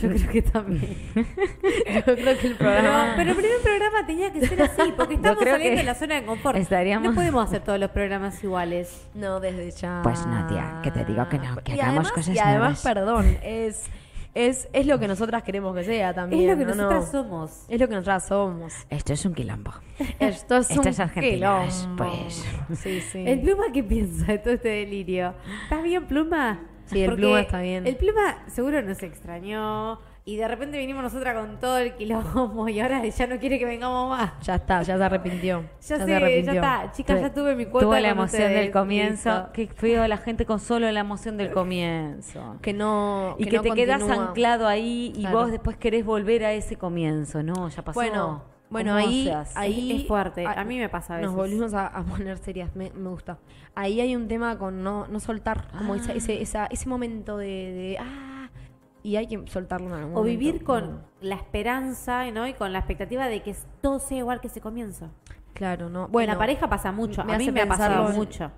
[SPEAKER 2] Yo creo que también.
[SPEAKER 3] yo creo que el
[SPEAKER 2] Pero,
[SPEAKER 3] programa...
[SPEAKER 1] Ah.
[SPEAKER 2] pero el primer programa tenía que ser así, porque
[SPEAKER 1] Yo
[SPEAKER 2] estamos
[SPEAKER 1] creo
[SPEAKER 2] saliendo
[SPEAKER 1] que
[SPEAKER 2] de la zona de confort.
[SPEAKER 1] estaríamos-
[SPEAKER 2] No podemos hacer todos los programas iguales.
[SPEAKER 3] No, desde ya.
[SPEAKER 1] Pues no, tía, que te digo que no, que
[SPEAKER 3] y
[SPEAKER 1] hagamos
[SPEAKER 3] además,
[SPEAKER 1] cosas
[SPEAKER 3] Y además,
[SPEAKER 1] nuevas.
[SPEAKER 3] perdón, es, es, es lo que nosotras queremos que sea también.
[SPEAKER 2] es lo que
[SPEAKER 3] ¿no?
[SPEAKER 2] nosotras
[SPEAKER 3] No.
[SPEAKER 2] somos.
[SPEAKER 3] Es lo que nosotras somos.
[SPEAKER 1] Esto es un quilombo.
[SPEAKER 3] Esto es
[SPEAKER 1] Esto
[SPEAKER 3] un
[SPEAKER 1] es Argentina, es,
[SPEAKER 3] quilombo.
[SPEAKER 1] pues.
[SPEAKER 3] Sí, sí.
[SPEAKER 2] ¿El pluma qué piensa de todo este delirio? ¿Estás bien, pluma?
[SPEAKER 3] Sí, el
[SPEAKER 2] Porque
[SPEAKER 3] Pluma está bien.
[SPEAKER 2] El pluma seguro nos extrañó y de repente vinimos nosotras con todo el quilombo y ahora ya no quiere que vengamos más.
[SPEAKER 3] Ya está, ya se arrepintió.
[SPEAKER 2] Ya,
[SPEAKER 3] se
[SPEAKER 2] sé,
[SPEAKER 3] arrepintió.
[SPEAKER 2] ya está. Chicas, ya tuve mi cuota.
[SPEAKER 1] Tuvo la
[SPEAKER 2] con
[SPEAKER 1] emoción
[SPEAKER 2] ustedes.
[SPEAKER 1] del comienzo.
[SPEAKER 2] Listo.
[SPEAKER 1] Qué feo la gente con solo la emoción del comienzo.
[SPEAKER 3] Que no.
[SPEAKER 1] y que,
[SPEAKER 3] no
[SPEAKER 1] te quedas
[SPEAKER 3] continúa.
[SPEAKER 1] anclado ahí y
[SPEAKER 3] Claro.
[SPEAKER 1] vos después querés volver a ese comienzo. No, ya pasó.
[SPEAKER 3] Bueno, bueno,
[SPEAKER 1] ¿Cómo
[SPEAKER 3] ahí,
[SPEAKER 1] se hace?
[SPEAKER 3] ahí
[SPEAKER 2] Es- es fuerte. A mí me pasa a
[SPEAKER 3] Nos
[SPEAKER 2] veces.
[SPEAKER 3] volvimos a, a poner serias, me, me gusta. Ahí hay un tema con no, no soltar, como esa- ese, esa- ese momento de, de, ah, y hay que soltarlo en algún
[SPEAKER 2] O
[SPEAKER 3] momento.
[SPEAKER 2] vivir con la esperanza ¿no? y con la expectativa de que todo sea igual que se comienza.
[SPEAKER 3] Claro, no. Bueno,
[SPEAKER 2] en la pareja pasa mucho.
[SPEAKER 3] me
[SPEAKER 2] a mí
[SPEAKER 3] hace
[SPEAKER 2] me ha pasado
[SPEAKER 3] pensarlo en-
[SPEAKER 2] mucho.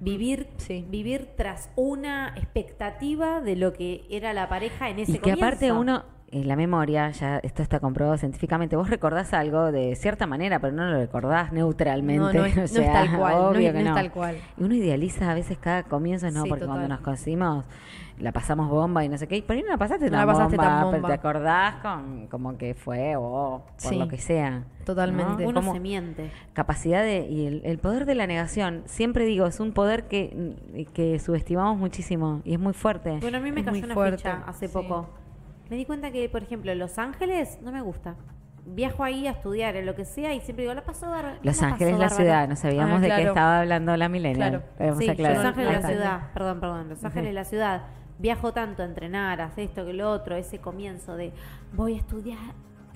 [SPEAKER 2] Vivir,
[SPEAKER 3] Sí.
[SPEAKER 2] vivir tras una expectativa de lo que era la pareja en ese
[SPEAKER 1] Y que aparte
[SPEAKER 2] comienzo.
[SPEAKER 1] uno, en la memoria, ya esto está comprobado científicamente, vos recordás algo de cierta manera, pero no lo recordás
[SPEAKER 3] No,
[SPEAKER 1] neutralmente.
[SPEAKER 3] no es,
[SPEAKER 1] o
[SPEAKER 3] no es
[SPEAKER 1] sea,
[SPEAKER 3] tal cual. no
[SPEAKER 1] obvio
[SPEAKER 3] es-
[SPEAKER 1] que
[SPEAKER 3] no es tal cual.
[SPEAKER 1] Y uno idealiza a veces cada comienzo, no,
[SPEAKER 3] Sí,
[SPEAKER 1] porque cuando
[SPEAKER 3] total.
[SPEAKER 1] nos conocimos la pasamos bomba y no sé qué, y por ahí no la pasaste,
[SPEAKER 3] No
[SPEAKER 1] tan,
[SPEAKER 3] la pasaste
[SPEAKER 1] bomba,
[SPEAKER 3] tan
[SPEAKER 1] pero
[SPEAKER 3] bomba.
[SPEAKER 1] te acordás con, como que fue o por
[SPEAKER 3] Sí.
[SPEAKER 1] lo que sea.
[SPEAKER 3] Totalmente.
[SPEAKER 1] ¿no?
[SPEAKER 2] Uno
[SPEAKER 1] Como
[SPEAKER 2] se miente.
[SPEAKER 1] capacidad de, y el, el poder de la negación, siempre digo, es un poder que, que subestimamos muchísimo y es muy fuerte.
[SPEAKER 2] Bueno, a mí me
[SPEAKER 3] Es
[SPEAKER 2] cayó
[SPEAKER 3] muy
[SPEAKER 2] una
[SPEAKER 3] fuerte,
[SPEAKER 2] ficha hace
[SPEAKER 3] sí.
[SPEAKER 2] poco. Me di cuenta que, por ejemplo, Los Ángeles no me gusta. Viajo ahí a estudiar, en lo que sea, y siempre digo, la paso bárbaro.
[SPEAKER 1] Los
[SPEAKER 2] la paso
[SPEAKER 1] Ángeles, la
[SPEAKER 2] bárbaro".
[SPEAKER 1] ciudad, no sabíamos
[SPEAKER 3] Ah,
[SPEAKER 1] de qué
[SPEAKER 3] claro.
[SPEAKER 1] estaba hablando la milenial.
[SPEAKER 3] Claro.
[SPEAKER 1] Debemos
[SPEAKER 2] Sí,
[SPEAKER 1] aclarar.
[SPEAKER 2] Los Ángeles,
[SPEAKER 1] Ahí
[SPEAKER 2] la
[SPEAKER 1] está.
[SPEAKER 2] ciudad. Perdón, perdón. Los Ángeles, la ciudad. Viajo tanto a entrenar, a hacer esto que lo otro, ese comienzo de voy a estudiar.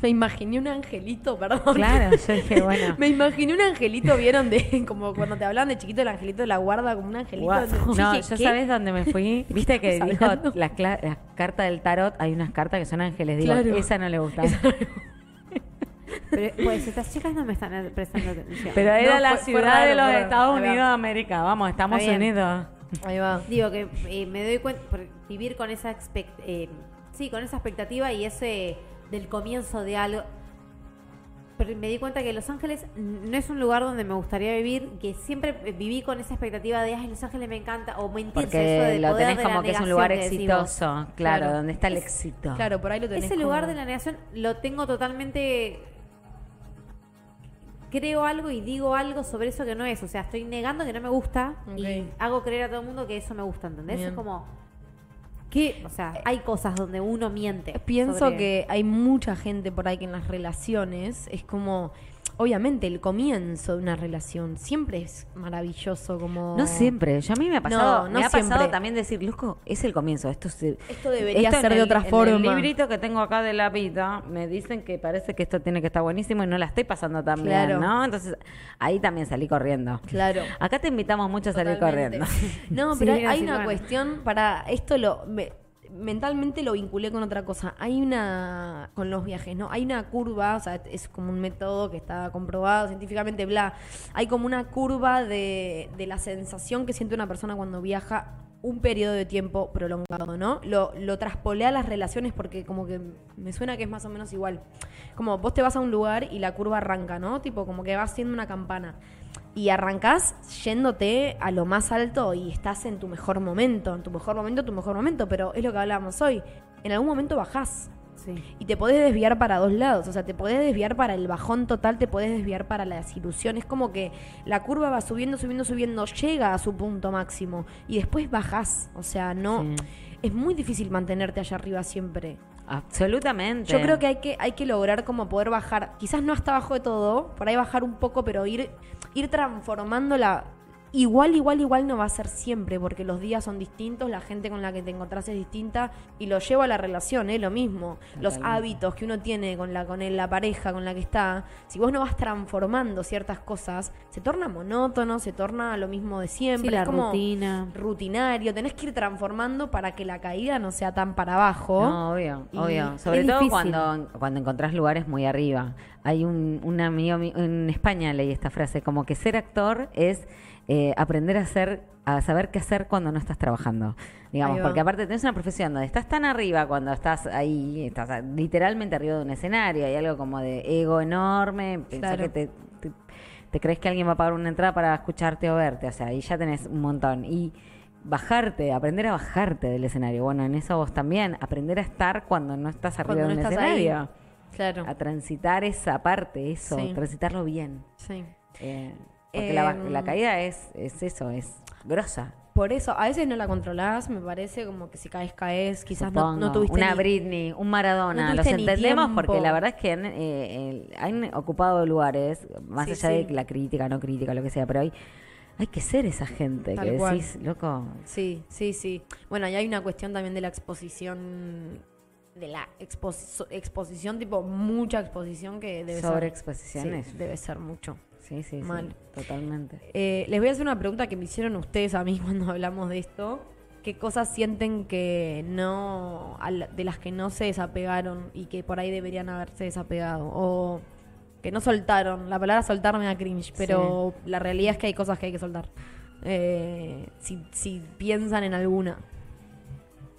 [SPEAKER 3] Me imaginé un angelito, perdón.
[SPEAKER 1] Claro, yo dije, bueno.
[SPEAKER 3] Me imaginé un angelito, ¿vieron? De, como cuando te hablaban de chiquito, el angelito de la guarda, como un angelito.
[SPEAKER 1] Guau. No,
[SPEAKER 3] Dije,
[SPEAKER 1] yo
[SPEAKER 3] ¿qué?
[SPEAKER 1] sabes dónde me fui. Viste que
[SPEAKER 3] estamos
[SPEAKER 1] dijo
[SPEAKER 3] hablando?
[SPEAKER 1] las cla- las cartas del tarot, hay unas cartas que son ángeles. Digo,
[SPEAKER 3] Claro.
[SPEAKER 1] esa no le gusta.
[SPEAKER 2] Pero, pues estas chicas no me están prestando atención.
[SPEAKER 1] Pero era
[SPEAKER 3] No,
[SPEAKER 1] la
[SPEAKER 3] fue- fue
[SPEAKER 1] ciudad
[SPEAKER 3] raro,
[SPEAKER 1] de los
[SPEAKER 3] fue raro.
[SPEAKER 1] Estados
[SPEAKER 3] Ahí va.
[SPEAKER 1] Unidos de América. Vamos, estamos
[SPEAKER 2] Está bien.
[SPEAKER 1] unidos.
[SPEAKER 3] Ahí va.
[SPEAKER 2] Digo que eh, me doy cuenta, por vivir con esa expect- eh, sí, con esa expectativa y ese del comienzo de algo. Pero me di cuenta que Los Ángeles no es un lugar donde me gustaría vivir, que siempre eh, viví con esa expectativa de, ay, Los Ángeles me encanta, o mentirse eso
[SPEAKER 1] Porque
[SPEAKER 2] de
[SPEAKER 1] lo
[SPEAKER 2] poder
[SPEAKER 1] tenés
[SPEAKER 2] de la
[SPEAKER 1] como que es un
[SPEAKER 2] negación
[SPEAKER 1] lugar
[SPEAKER 2] que decimos.
[SPEAKER 1] exitoso. Claro,
[SPEAKER 3] Claro.
[SPEAKER 1] donde está el
[SPEAKER 3] Es-
[SPEAKER 1] éxito.
[SPEAKER 3] Claro, por ahí lo tenés.
[SPEAKER 2] Ese lugar
[SPEAKER 3] como-
[SPEAKER 2] de la negación lo tengo totalmente... Creo algo y digo algo sobre eso que no es. O sea, estoy negando que no me gusta
[SPEAKER 3] Ok.
[SPEAKER 2] y hago creer a todo el mundo que eso me gusta, ¿entendés?
[SPEAKER 3] Bien.
[SPEAKER 2] Es como... Que, o sea, hay cosas donde uno miente.
[SPEAKER 3] Pienso
[SPEAKER 2] sobre-
[SPEAKER 3] que hay mucha gente por ahí que en las relaciones es como. Obviamente, el comienzo de una relación siempre es maravilloso, como.
[SPEAKER 1] No siempre. Yo a mí me ha pasado,
[SPEAKER 3] No, no
[SPEAKER 1] me ha pasado
[SPEAKER 3] siempre.
[SPEAKER 1] también decir, loco, es el comienzo. Esto, se-
[SPEAKER 3] Esto debería
[SPEAKER 1] en
[SPEAKER 3] ser de
[SPEAKER 1] el-
[SPEAKER 3] otra
[SPEAKER 1] en
[SPEAKER 3] forma.
[SPEAKER 1] el librito que tengo acá de la vida, me dicen que parece que esto tiene que estar buenísimo y no la estoy pasando tan bien,
[SPEAKER 3] Claro.
[SPEAKER 1] ¿no? Entonces, ahí también salí corriendo.
[SPEAKER 3] Claro.
[SPEAKER 1] Acá te invitamos mucho a salir
[SPEAKER 3] Totalmente.
[SPEAKER 1] corriendo.
[SPEAKER 3] No,
[SPEAKER 2] Sí,
[SPEAKER 3] pero hay,
[SPEAKER 2] era
[SPEAKER 3] hay
[SPEAKER 2] así,
[SPEAKER 3] una
[SPEAKER 2] bueno.
[SPEAKER 3] cuestión para esto lo me- mentalmente lo vinculé con otra cosa. Hay una con los viajes, ¿no? Hay una curva, o sea, es como un método que está comprobado científicamente, bla. Hay como una curva de, de la sensación que siente una persona cuando viaja un periodo de tiempo prolongado, ¿no? Lo, lo traspolé a las relaciones porque como que me suena que es más o menos igual. Como vos te vas a un lugar y la curva arranca, ¿no? Tipo, como que vas siendo una campana. Y arrancás yéndote a lo más alto y estás en tu mejor momento, en tu mejor momento, tu mejor momento, pero es lo que hablábamos hoy. En algún momento bajás
[SPEAKER 2] Sí.
[SPEAKER 3] y te podés desviar para dos lados, o sea, te podés desviar para el bajón total, te podés desviar para la desilusión, es como que la curva va subiendo, subiendo, subiendo, llega a su punto máximo y después bajás, o sea, no...
[SPEAKER 1] Sí.
[SPEAKER 3] Es muy difícil mantenerte allá arriba siempre.
[SPEAKER 1] Absolutamente.
[SPEAKER 3] Yo creo que hay que hay que lograr como poder bajar, quizás no hasta abajo de todo, por ahí bajar un poco, pero ir ir transformándola. Igual, igual, igual no va a ser siempre, porque los días son distintos, la gente con la que te encontrás es distinta y lo llevo a la relación, ¿eh? lo mismo. Los
[SPEAKER 1] Totalmente.
[SPEAKER 3] hábitos que uno tiene con la con él, la pareja con la que está, si vos no vas transformando ciertas cosas, se torna monótono, se torna lo mismo de siempre,
[SPEAKER 2] Sí, la
[SPEAKER 3] es como
[SPEAKER 2] rutina.
[SPEAKER 3] rutinario, tenés que ir transformando para que la caída no sea tan para abajo.
[SPEAKER 1] No, obvio,
[SPEAKER 3] Y
[SPEAKER 1] obvio.
[SPEAKER 3] es
[SPEAKER 1] Sobre todo
[SPEAKER 2] difícil.
[SPEAKER 1] cuando, cuando encontrás lugares muy arriba. Hay un, un amigo mío- en España leí esta frase, como que ser actor es eh, aprender a hacer, a saber qué hacer cuando no estás trabajando. Digamos,
[SPEAKER 3] Ahí va.
[SPEAKER 1] porque aparte tenés una profesión donde estás tan arriba cuando estás ahí, estás a- literalmente arriba de un escenario, hay algo como de ego enorme, pensar
[SPEAKER 3] Claro.
[SPEAKER 1] que te, te- te crees que alguien va a pagar una entrada para escucharte o verte, o sea, ahí ya tenés un montón. Y bajarte, aprender a bajarte del escenario. Bueno, en eso vos también, aprender a estar cuando no estás arriba
[SPEAKER 3] cuando
[SPEAKER 1] de un
[SPEAKER 3] no estás
[SPEAKER 1] escenario.
[SPEAKER 3] ahí. Claro.
[SPEAKER 1] A transitar esa parte, eso,
[SPEAKER 3] Sí.
[SPEAKER 1] transitarlo bien.
[SPEAKER 3] Sí.
[SPEAKER 1] Eh, porque la, ba-
[SPEAKER 3] Em.
[SPEAKER 1] la caída es, es eso, es grosa.
[SPEAKER 3] Por eso, a veces no la controlás, me parece como que si caes, caes, quizás no,
[SPEAKER 1] supongo.
[SPEAKER 3] no tuviste
[SPEAKER 1] Una
[SPEAKER 3] ni-
[SPEAKER 1] Britney, un Maradona,
[SPEAKER 3] no
[SPEAKER 1] los
[SPEAKER 3] tuviste ni
[SPEAKER 1] entendemos
[SPEAKER 3] tiempo.
[SPEAKER 1] porque la verdad es que han, eh, el- han ocupado lugares, más
[SPEAKER 3] Sí,
[SPEAKER 1] allá de
[SPEAKER 3] sí.
[SPEAKER 1] que la crítica, no crítica, lo que sea, pero hay, hay que ser esa gente
[SPEAKER 3] Tal
[SPEAKER 1] que
[SPEAKER 3] cual.
[SPEAKER 1] decís, loco,
[SPEAKER 3] Sí, sí, sí. Bueno, y hay una cuestión también de la exposición, de la exposi- exposición, tipo mucha exposición que debe ser...
[SPEAKER 1] sobreexposiciones.
[SPEAKER 3] Sí, debe ser mucho.
[SPEAKER 1] Sí, sí, sí,
[SPEAKER 3] Mal.
[SPEAKER 1] totalmente.
[SPEAKER 3] Eh, les voy a hacer una pregunta que me hicieron ustedes a mí cuando hablamos de esto. qué cosas sienten que no, al- de las que no se desapegaron y que por ahí deberían haberse desapegado. O que no soltaron. La palabra soltar me da cringe, pero la realidad es que hay cosas que hay que soltar. Eh, si, si piensan en alguna.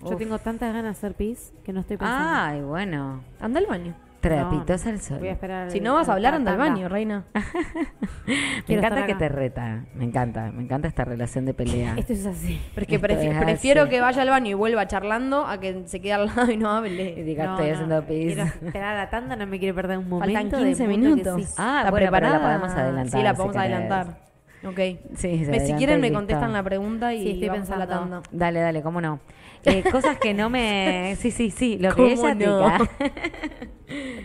[SPEAKER 2] Yo tengo tantas ganas de hacer pis que no estoy pensando.
[SPEAKER 3] Ah.
[SPEAKER 1] Ay, bueno.
[SPEAKER 3] Anda al baño.
[SPEAKER 1] Trapitos
[SPEAKER 2] No,
[SPEAKER 1] al sol.
[SPEAKER 2] Voy a esperar.
[SPEAKER 3] Si
[SPEAKER 2] al-
[SPEAKER 3] no vas a hablar, anda al
[SPEAKER 2] tanda.
[SPEAKER 3] baño, reina.
[SPEAKER 1] Me
[SPEAKER 2] Quiero
[SPEAKER 1] encanta
[SPEAKER 2] estar
[SPEAKER 1] que
[SPEAKER 2] acá.
[SPEAKER 1] te reta. Me encanta. Me encanta esta relación de pelea.
[SPEAKER 2] Esto es así.
[SPEAKER 3] Porque
[SPEAKER 1] Esto
[SPEAKER 3] prefi-
[SPEAKER 1] es
[SPEAKER 3] prefiero
[SPEAKER 1] así.
[SPEAKER 3] que vaya al baño y vuelva charlando a que se quede al lado y no
[SPEAKER 1] Y
[SPEAKER 3] hable.
[SPEAKER 1] diga,
[SPEAKER 2] No,
[SPEAKER 1] estoy
[SPEAKER 2] no,
[SPEAKER 1] haciendo pis.
[SPEAKER 2] Quiero esperar a la tanda, no me quiero perder un momento.
[SPEAKER 3] Faltan
[SPEAKER 2] de
[SPEAKER 3] 15
[SPEAKER 2] mundo que
[SPEAKER 3] minutos.
[SPEAKER 2] sí.
[SPEAKER 1] Ah,
[SPEAKER 3] ¿Está
[SPEAKER 1] bueno, pero la
[SPEAKER 3] preparada?
[SPEAKER 1] podemos adelantar,
[SPEAKER 3] Sí, la
[SPEAKER 1] si
[SPEAKER 3] podemos
[SPEAKER 1] querés.
[SPEAKER 3] adelantar. Ok.
[SPEAKER 1] Sí, se
[SPEAKER 3] Me- si
[SPEAKER 1] adelanta
[SPEAKER 3] quieren
[SPEAKER 1] y
[SPEAKER 3] me
[SPEAKER 1] listo.
[SPEAKER 3] contestan la pregunta y
[SPEAKER 2] Sí, estoy
[SPEAKER 3] vamos a la
[SPEAKER 2] pensando.
[SPEAKER 3] tanda.
[SPEAKER 1] Dale, dale, cómo no. Eh, cosas que no me. Sí, sí, sí, lo que
[SPEAKER 3] ¿Cómo
[SPEAKER 1] ella
[SPEAKER 3] no?
[SPEAKER 1] diga.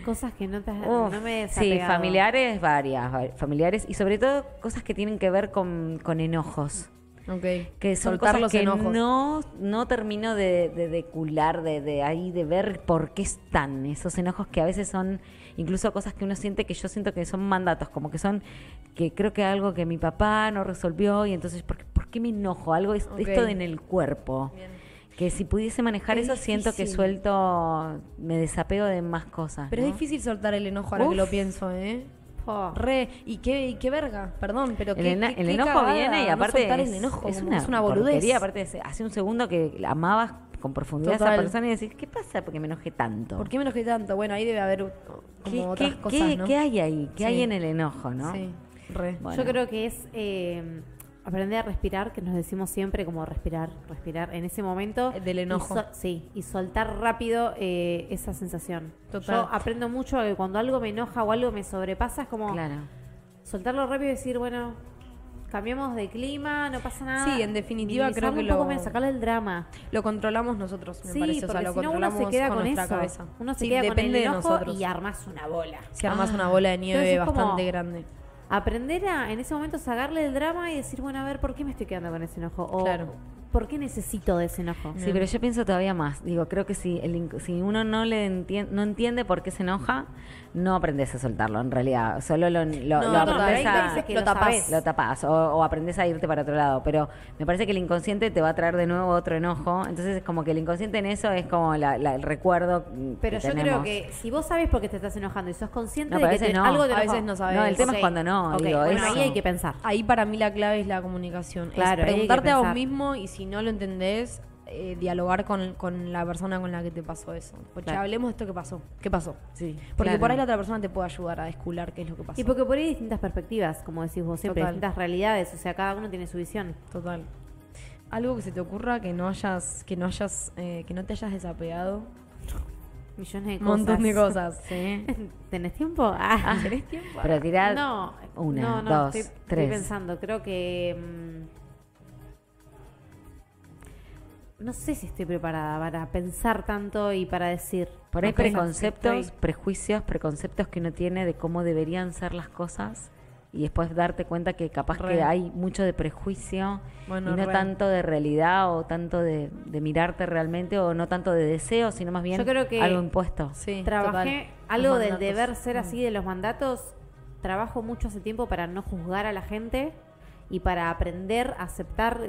[SPEAKER 2] Cosas que no te has,
[SPEAKER 1] Uf,
[SPEAKER 2] no me he
[SPEAKER 1] sí,
[SPEAKER 2] desapegado.
[SPEAKER 1] familiares varias, va- familiares y sobre todo cosas que tienen que ver con, con enojos.
[SPEAKER 3] Ok.
[SPEAKER 1] Que son
[SPEAKER 3] Soltar
[SPEAKER 1] cosas
[SPEAKER 3] los
[SPEAKER 1] que
[SPEAKER 3] enojos.
[SPEAKER 1] no no termino de, de, de cular, de, de ahí, de ver por qué están esos enojos que a veces son incluso cosas que uno siente que yo siento que son mandatos, como que son que creo que algo que mi papá no resolvió y entonces, ¿por qué, por qué me enojo? Algo es,
[SPEAKER 3] Ok.
[SPEAKER 1] esto de en el cuerpo. Que si pudiese manejar
[SPEAKER 3] Es
[SPEAKER 1] eso, siento que
[SPEAKER 3] difícil.
[SPEAKER 1] suelto, me desapego de más cosas.
[SPEAKER 3] Pero
[SPEAKER 1] ¿no?
[SPEAKER 3] es difícil soltar el enojo ahora
[SPEAKER 1] Uf.
[SPEAKER 3] que lo pienso, ¿eh?
[SPEAKER 2] Po.
[SPEAKER 3] Re, y qué, y qué verga, perdón, pero
[SPEAKER 1] El,
[SPEAKER 3] qué,
[SPEAKER 1] ena-
[SPEAKER 3] qué-
[SPEAKER 1] el
[SPEAKER 3] qué
[SPEAKER 1] enojo
[SPEAKER 3] cagada
[SPEAKER 1] viene y
[SPEAKER 3] no
[SPEAKER 1] aparte
[SPEAKER 3] soltar
[SPEAKER 1] es,
[SPEAKER 3] el enojo,
[SPEAKER 1] es
[SPEAKER 3] como
[SPEAKER 1] una,
[SPEAKER 3] es una boludez.
[SPEAKER 1] porquería, aparte es- hace un segundo que la amabas con profundidad a
[SPEAKER 3] Total.
[SPEAKER 1] esa persona y decís, ¿qué pasa? Porque me enojé tanto.
[SPEAKER 3] ¿Por qué me enojé tanto? Bueno, ahí debe haber uh, como
[SPEAKER 1] ¿Qué,
[SPEAKER 3] otras
[SPEAKER 1] qué-
[SPEAKER 3] cosas,
[SPEAKER 1] qué-
[SPEAKER 3] ¿no?
[SPEAKER 1] qué hay ahí? ¿Qué hay
[SPEAKER 3] Sí.
[SPEAKER 1] en el enojo, no?
[SPEAKER 3] Sí, re.
[SPEAKER 1] Bueno.
[SPEAKER 2] Yo creo que es eh, aprender a respirar, que nos decimos siempre como respirar, respirar en ese momento.
[SPEAKER 3] Eh, del
[SPEAKER 2] y
[SPEAKER 3] enojo.
[SPEAKER 2] sí, y soltar rápido eh, esa sensación.
[SPEAKER 3] Total.
[SPEAKER 2] Yo aprendo mucho a que cuando algo me enoja o algo me sobrepasa, es como
[SPEAKER 1] Claro.
[SPEAKER 2] soltarlo rápido y decir, bueno, cambiamos de clima, no pasa nada.
[SPEAKER 3] Sí, en definitiva
[SPEAKER 2] Minimizarlo
[SPEAKER 3] creo que
[SPEAKER 2] un poco,
[SPEAKER 3] lo-
[SPEAKER 2] menos, sacarle el drama.
[SPEAKER 3] Lo controlamos nosotros, me
[SPEAKER 2] Sí,
[SPEAKER 3] parece. O sea,
[SPEAKER 2] porque
[SPEAKER 3] lo
[SPEAKER 2] si no uno
[SPEAKER 3] controlamos
[SPEAKER 2] se queda con,
[SPEAKER 3] nuestra
[SPEAKER 2] eso.
[SPEAKER 3] cabeza.
[SPEAKER 2] Uno se
[SPEAKER 3] Sí,
[SPEAKER 2] queda con el
[SPEAKER 3] depende de
[SPEAKER 2] enojo
[SPEAKER 3] nosotros.
[SPEAKER 2] y armas una bola.
[SPEAKER 3] Si armas una bola de nieve
[SPEAKER 2] Ah, Entonces es como-
[SPEAKER 3] bastante grande.
[SPEAKER 2] aprender a en ese momento sacarle el drama y decir, bueno, a ver, ¿por qué me estoy quedando con ese enojo? O
[SPEAKER 3] Claro.
[SPEAKER 2] ¿por qué necesito de ese enojo?
[SPEAKER 1] Sí, pero yo pienso todavía más. Digo, creo que si, el inc- si uno no le entiende, no entiende por qué se enoja, no aprendes a soltarlo, en realidad. Solo lo, lo,
[SPEAKER 3] No,
[SPEAKER 1] lo
[SPEAKER 3] no, pero
[SPEAKER 1] aprendes
[SPEAKER 3] hay
[SPEAKER 1] a...
[SPEAKER 3] veces que lo tapás.
[SPEAKER 2] sabés.
[SPEAKER 1] lo tapás o, o aprendes a irte para otro lado. Pero me parece que el inconsciente te va a traer de nuevo otro enojo. Entonces, es como que el inconsciente en eso es como la- la- el recuerdo. mm,
[SPEAKER 2] Pero
[SPEAKER 1] que
[SPEAKER 2] yo creo
[SPEAKER 1] tenemos.
[SPEAKER 2] que si vos sabés por qué te estás enojando y sos consciente
[SPEAKER 1] No,
[SPEAKER 2] de
[SPEAKER 1] pero
[SPEAKER 2] que
[SPEAKER 1] a veces
[SPEAKER 2] te-
[SPEAKER 1] no.
[SPEAKER 2] algo te
[SPEAKER 3] A
[SPEAKER 2] enojó.
[SPEAKER 3] veces no sabés.
[SPEAKER 1] No, el tema es
[SPEAKER 2] Ok.
[SPEAKER 1] cuando no,
[SPEAKER 2] Ok,
[SPEAKER 1] digo,
[SPEAKER 2] bueno,
[SPEAKER 1] eso.
[SPEAKER 2] ahí hay que pensar.
[SPEAKER 3] Ahí para mí la clave es la comunicación. Es
[SPEAKER 2] Claro, ahí hay que
[SPEAKER 3] preguntarte a vos
[SPEAKER 2] pensar.
[SPEAKER 3] mismo y si no lo entendés, eh, dialogar con, con la persona con la que te pasó eso. Pues
[SPEAKER 1] Claro.
[SPEAKER 3] hablemos de esto que pasó. ¿Qué pasó?
[SPEAKER 1] Sí,
[SPEAKER 3] Porque
[SPEAKER 1] claro.
[SPEAKER 3] por ahí la otra persona te puede ayudar a descular qué es lo que pasó.
[SPEAKER 2] Y porque por ahí hay distintas perspectivas, como decís vos siempre,
[SPEAKER 3] Total.
[SPEAKER 2] distintas realidades, o sea, cada uno tiene su visión.
[SPEAKER 3] Total. Algo que se te ocurra que no hayas, que no hayas, eh, que no te hayas desapegado.
[SPEAKER 2] Millones de
[SPEAKER 3] Un
[SPEAKER 2] Eh, cosas.
[SPEAKER 3] montón de cosas. sí.
[SPEAKER 2] ¿Tenés tiempo? Ah.
[SPEAKER 3] ¿Tenés tiempo?
[SPEAKER 1] Pero tirá
[SPEAKER 2] No,
[SPEAKER 1] una,
[SPEAKER 2] no, no,
[SPEAKER 1] dos,
[SPEAKER 2] estoy, estoy
[SPEAKER 1] tres.
[SPEAKER 2] pensando, creo que. mm, no sé si estoy preparada para pensar tanto y para decir.
[SPEAKER 1] Por ahí
[SPEAKER 2] cosas que
[SPEAKER 1] preconceptos,
[SPEAKER 2] estoy-
[SPEAKER 1] prejuicios, preconceptos que uno tiene de cómo deberían ser las cosas y después darte cuenta que capaz
[SPEAKER 3] Re.
[SPEAKER 1] que hay mucho de prejuicio
[SPEAKER 3] Bueno,
[SPEAKER 1] y no
[SPEAKER 3] re.
[SPEAKER 1] tanto de realidad o tanto de, de mirarte realmente o no tanto de deseo, sino más bien
[SPEAKER 2] Yo creo que
[SPEAKER 1] algo impuesto.
[SPEAKER 3] Sí,
[SPEAKER 2] Trabajé
[SPEAKER 3] total.
[SPEAKER 2] algo
[SPEAKER 3] Los
[SPEAKER 2] del
[SPEAKER 3] mandatos. Mm.
[SPEAKER 2] deber ser así de los mandatos. Trabajo mucho hace tiempo para no juzgar a la gente y para aprender a aceptar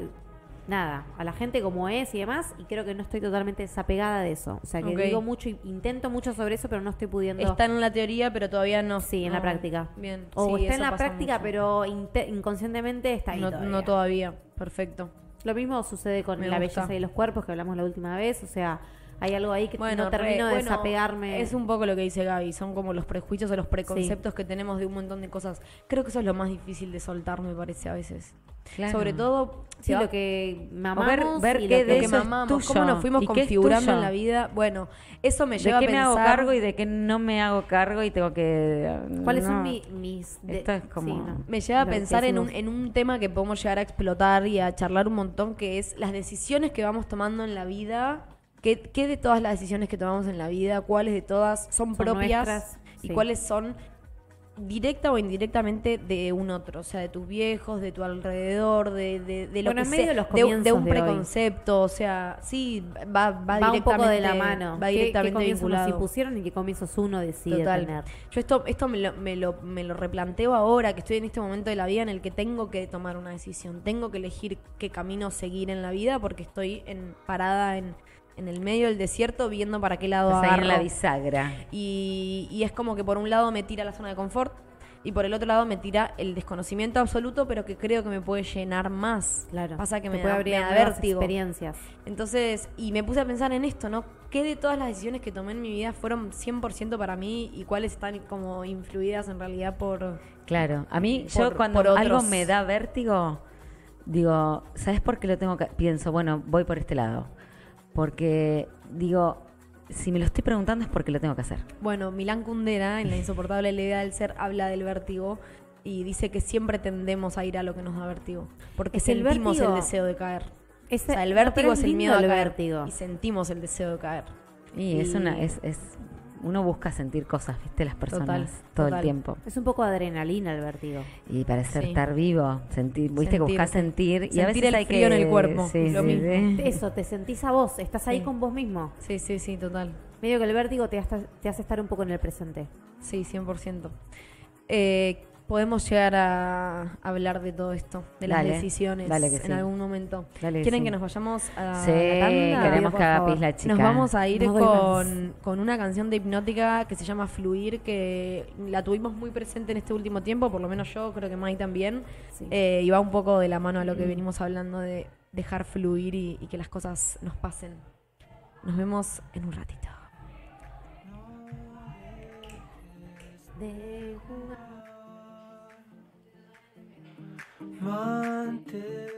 [SPEAKER 2] nada, a la gente como es y demás. Y creo que no estoy totalmente desapegada de eso. O sea, que
[SPEAKER 3] Ok.
[SPEAKER 2] digo mucho, y intento mucho sobre eso, pero no estoy pudiendo.
[SPEAKER 3] Está en la teoría, pero todavía no.
[SPEAKER 2] Sí, en la
[SPEAKER 3] no.
[SPEAKER 2] práctica.
[SPEAKER 3] Ah, Bien.
[SPEAKER 2] O está
[SPEAKER 3] Sí,
[SPEAKER 2] en
[SPEAKER 3] eso
[SPEAKER 2] la
[SPEAKER 3] pasa
[SPEAKER 2] práctica,
[SPEAKER 3] mucho.
[SPEAKER 2] pero inte- inconscientemente está ahí.
[SPEAKER 3] no,
[SPEAKER 2] todavía.
[SPEAKER 3] no todavía. Perfecto.
[SPEAKER 2] Lo mismo sucede con
[SPEAKER 3] Me
[SPEAKER 2] la
[SPEAKER 3] gusta.
[SPEAKER 2] belleza y los cuerpos que hablamos la última vez. O sea, hay algo ahí que no
[SPEAKER 3] re,
[SPEAKER 2] termino de
[SPEAKER 3] bueno,
[SPEAKER 2] desapegarme.
[SPEAKER 3] Es un poco lo que dice Gaby, son como los prejuicios o los preconceptos que tenemos de un montón de cosas. Creo que eso es lo más difícil de soltar, me parece, a veces.
[SPEAKER 1] Claro.
[SPEAKER 3] Sobre todo,
[SPEAKER 2] Sí,
[SPEAKER 3] se va-
[SPEAKER 2] lo que
[SPEAKER 1] O ver-
[SPEAKER 2] mamamos
[SPEAKER 1] ver
[SPEAKER 2] y
[SPEAKER 1] qué
[SPEAKER 2] lo
[SPEAKER 1] de
[SPEAKER 2] que
[SPEAKER 3] lo que
[SPEAKER 1] eso es
[SPEAKER 3] mamamos,
[SPEAKER 1] tuyo
[SPEAKER 3] cómo nos fuimos
[SPEAKER 1] y qué es
[SPEAKER 3] configurando
[SPEAKER 1] tuyo.
[SPEAKER 3] en la vida. Bueno, eso me
[SPEAKER 1] ¿De
[SPEAKER 3] lleva
[SPEAKER 1] qué
[SPEAKER 3] a
[SPEAKER 1] me
[SPEAKER 3] pensar...
[SPEAKER 1] hago cargo y de qué no me hago cargo y tengo que... mm,
[SPEAKER 2] ¿Cuáles
[SPEAKER 1] no.
[SPEAKER 2] son mi- mis... de-
[SPEAKER 1] Esto es como-
[SPEAKER 3] Me lleva a
[SPEAKER 2] Lo que
[SPEAKER 3] pensar en un,
[SPEAKER 2] decimos.
[SPEAKER 3] en un tema que podemos llegar a explotar y a charlar un montón, que es las decisiones que vamos tomando en la vida. ¿Qué, qué de todas las decisiones que tomamos en la vida, cuáles de todas
[SPEAKER 2] Son
[SPEAKER 3] son, propias
[SPEAKER 2] nuestras,
[SPEAKER 3] y
[SPEAKER 2] sí.
[SPEAKER 3] cuáles son directa o indirectamente de un otro, o sea, de tus viejos, de tu alrededor, de, de, de lo
[SPEAKER 2] Bueno,
[SPEAKER 3] que
[SPEAKER 2] en medio
[SPEAKER 3] sea,
[SPEAKER 2] de los
[SPEAKER 3] de, un- de
[SPEAKER 2] comienzos
[SPEAKER 3] un
[SPEAKER 2] de hoy.
[SPEAKER 3] preconcepto, o sea, sí, va, va,
[SPEAKER 2] va un poco de
[SPEAKER 3] directamente-
[SPEAKER 2] la mano.
[SPEAKER 3] va
[SPEAKER 2] ¿Qué-
[SPEAKER 3] directamente
[SPEAKER 2] qué, comienzos nos
[SPEAKER 3] vinculado.
[SPEAKER 2] impusieron y qué comienzos uno decide
[SPEAKER 3] Total.
[SPEAKER 2] tener.
[SPEAKER 3] Yo esto, esto me, lo, me, lo, me lo replanteo ahora, que estoy en este momento de la vida en el que tengo que tomar una decisión, tengo que elegir qué camino seguir en la vida porque estoy en, parada en, en el medio del desierto viendo para qué lado
[SPEAKER 1] Estás pues, ahí en la
[SPEAKER 3] agarro.
[SPEAKER 1] bisagra.
[SPEAKER 3] Y, y es como que por un lado me tira la zona de confort y por el otro lado me tira el desconocimiento absoluto, pero que creo que me puede llenar más.
[SPEAKER 2] Claro.
[SPEAKER 3] Pasa que
[SPEAKER 2] Te
[SPEAKER 3] me,
[SPEAKER 2] puede
[SPEAKER 3] da,
[SPEAKER 2] abrir
[SPEAKER 3] me da
[SPEAKER 2] nuevas
[SPEAKER 3] vértigo.
[SPEAKER 2] experiencias.
[SPEAKER 3] Entonces, y me puse a pensar en esto, ¿no? ¿Qué de todas las decisiones que tomé en mi vida fueron 100% para mí y cuáles están como influidas en realidad por...
[SPEAKER 1] Claro, a mí
[SPEAKER 3] Por-
[SPEAKER 1] yo cuando
[SPEAKER 3] por otros.
[SPEAKER 1] algo me da vértigo, digo, ¿sabes por qué lo tengo que...? Pienso, bueno, voy por este lado. Porque digo, si me lo estoy preguntando es porque lo tengo que hacer.
[SPEAKER 3] Bueno, Milán Kundera, en La insoportable levedad del ser, habla del vértigo y dice que siempre tendemos a ir a lo que nos da vértigo. Porque
[SPEAKER 2] Es el
[SPEAKER 3] sentimos el,
[SPEAKER 2] vértigo.
[SPEAKER 3] deseo de caer.
[SPEAKER 2] Ese-
[SPEAKER 3] o sea, el
[SPEAKER 2] no,
[SPEAKER 3] vértigo
[SPEAKER 2] pero
[SPEAKER 3] es el
[SPEAKER 2] lindo
[SPEAKER 3] miedo a
[SPEAKER 2] el
[SPEAKER 3] caer.
[SPEAKER 2] vértigo.
[SPEAKER 3] Y sentimos el deseo de caer.
[SPEAKER 1] Y, es una... es, es Uno busca sentir cosas, ¿viste? Las personas todo
[SPEAKER 3] total.
[SPEAKER 1] el tiempo.
[SPEAKER 2] Es un poco adrenalina el vértigo.
[SPEAKER 1] Y parecer
[SPEAKER 3] Sí.
[SPEAKER 1] estar vivo, sentir, viste que buscas sentir. Y a
[SPEAKER 3] Sentir
[SPEAKER 1] veces
[SPEAKER 3] el
[SPEAKER 1] hay
[SPEAKER 3] frío
[SPEAKER 1] que...
[SPEAKER 3] en el cuerpo,
[SPEAKER 1] Sí,
[SPEAKER 3] lo
[SPEAKER 1] sí,
[SPEAKER 3] mismo.
[SPEAKER 1] sí.
[SPEAKER 2] Eso, te sentís a vos, estás ahí
[SPEAKER 3] Sí.
[SPEAKER 2] con vos mismo.
[SPEAKER 3] Sí, sí, sí, total.
[SPEAKER 2] Medio que el vértigo te, hasta- te hace estar un poco en el presente.
[SPEAKER 3] Sí, 100%. Eh, podemos llegar a hablar de todo esto, de las
[SPEAKER 1] Dale,
[SPEAKER 3] decisiones
[SPEAKER 1] dale que
[SPEAKER 3] en
[SPEAKER 1] sí.
[SPEAKER 3] algún momento.
[SPEAKER 1] Dale que
[SPEAKER 3] ¿Quieren
[SPEAKER 1] sí.
[SPEAKER 3] que nos vayamos a
[SPEAKER 1] Sí,
[SPEAKER 3] la tanda?
[SPEAKER 1] queremos
[SPEAKER 2] Por
[SPEAKER 1] que haga
[SPEAKER 2] favor.
[SPEAKER 1] pis la chica.
[SPEAKER 3] Nos vamos a ir
[SPEAKER 2] No doy
[SPEAKER 3] con, con una canción de hipnótica que se llama Fluir, que la tuvimos muy presente en este último tiempo, por lo menos yo, creo que Mai también,
[SPEAKER 2] Sí.
[SPEAKER 3] Eh, y va un poco de la mano a lo que
[SPEAKER 1] Mm.
[SPEAKER 3] venimos hablando de dejar fluir y, y que las cosas nos pasen. Nos vemos en un ratito.
[SPEAKER 2] De jugar.
[SPEAKER 4] Mantén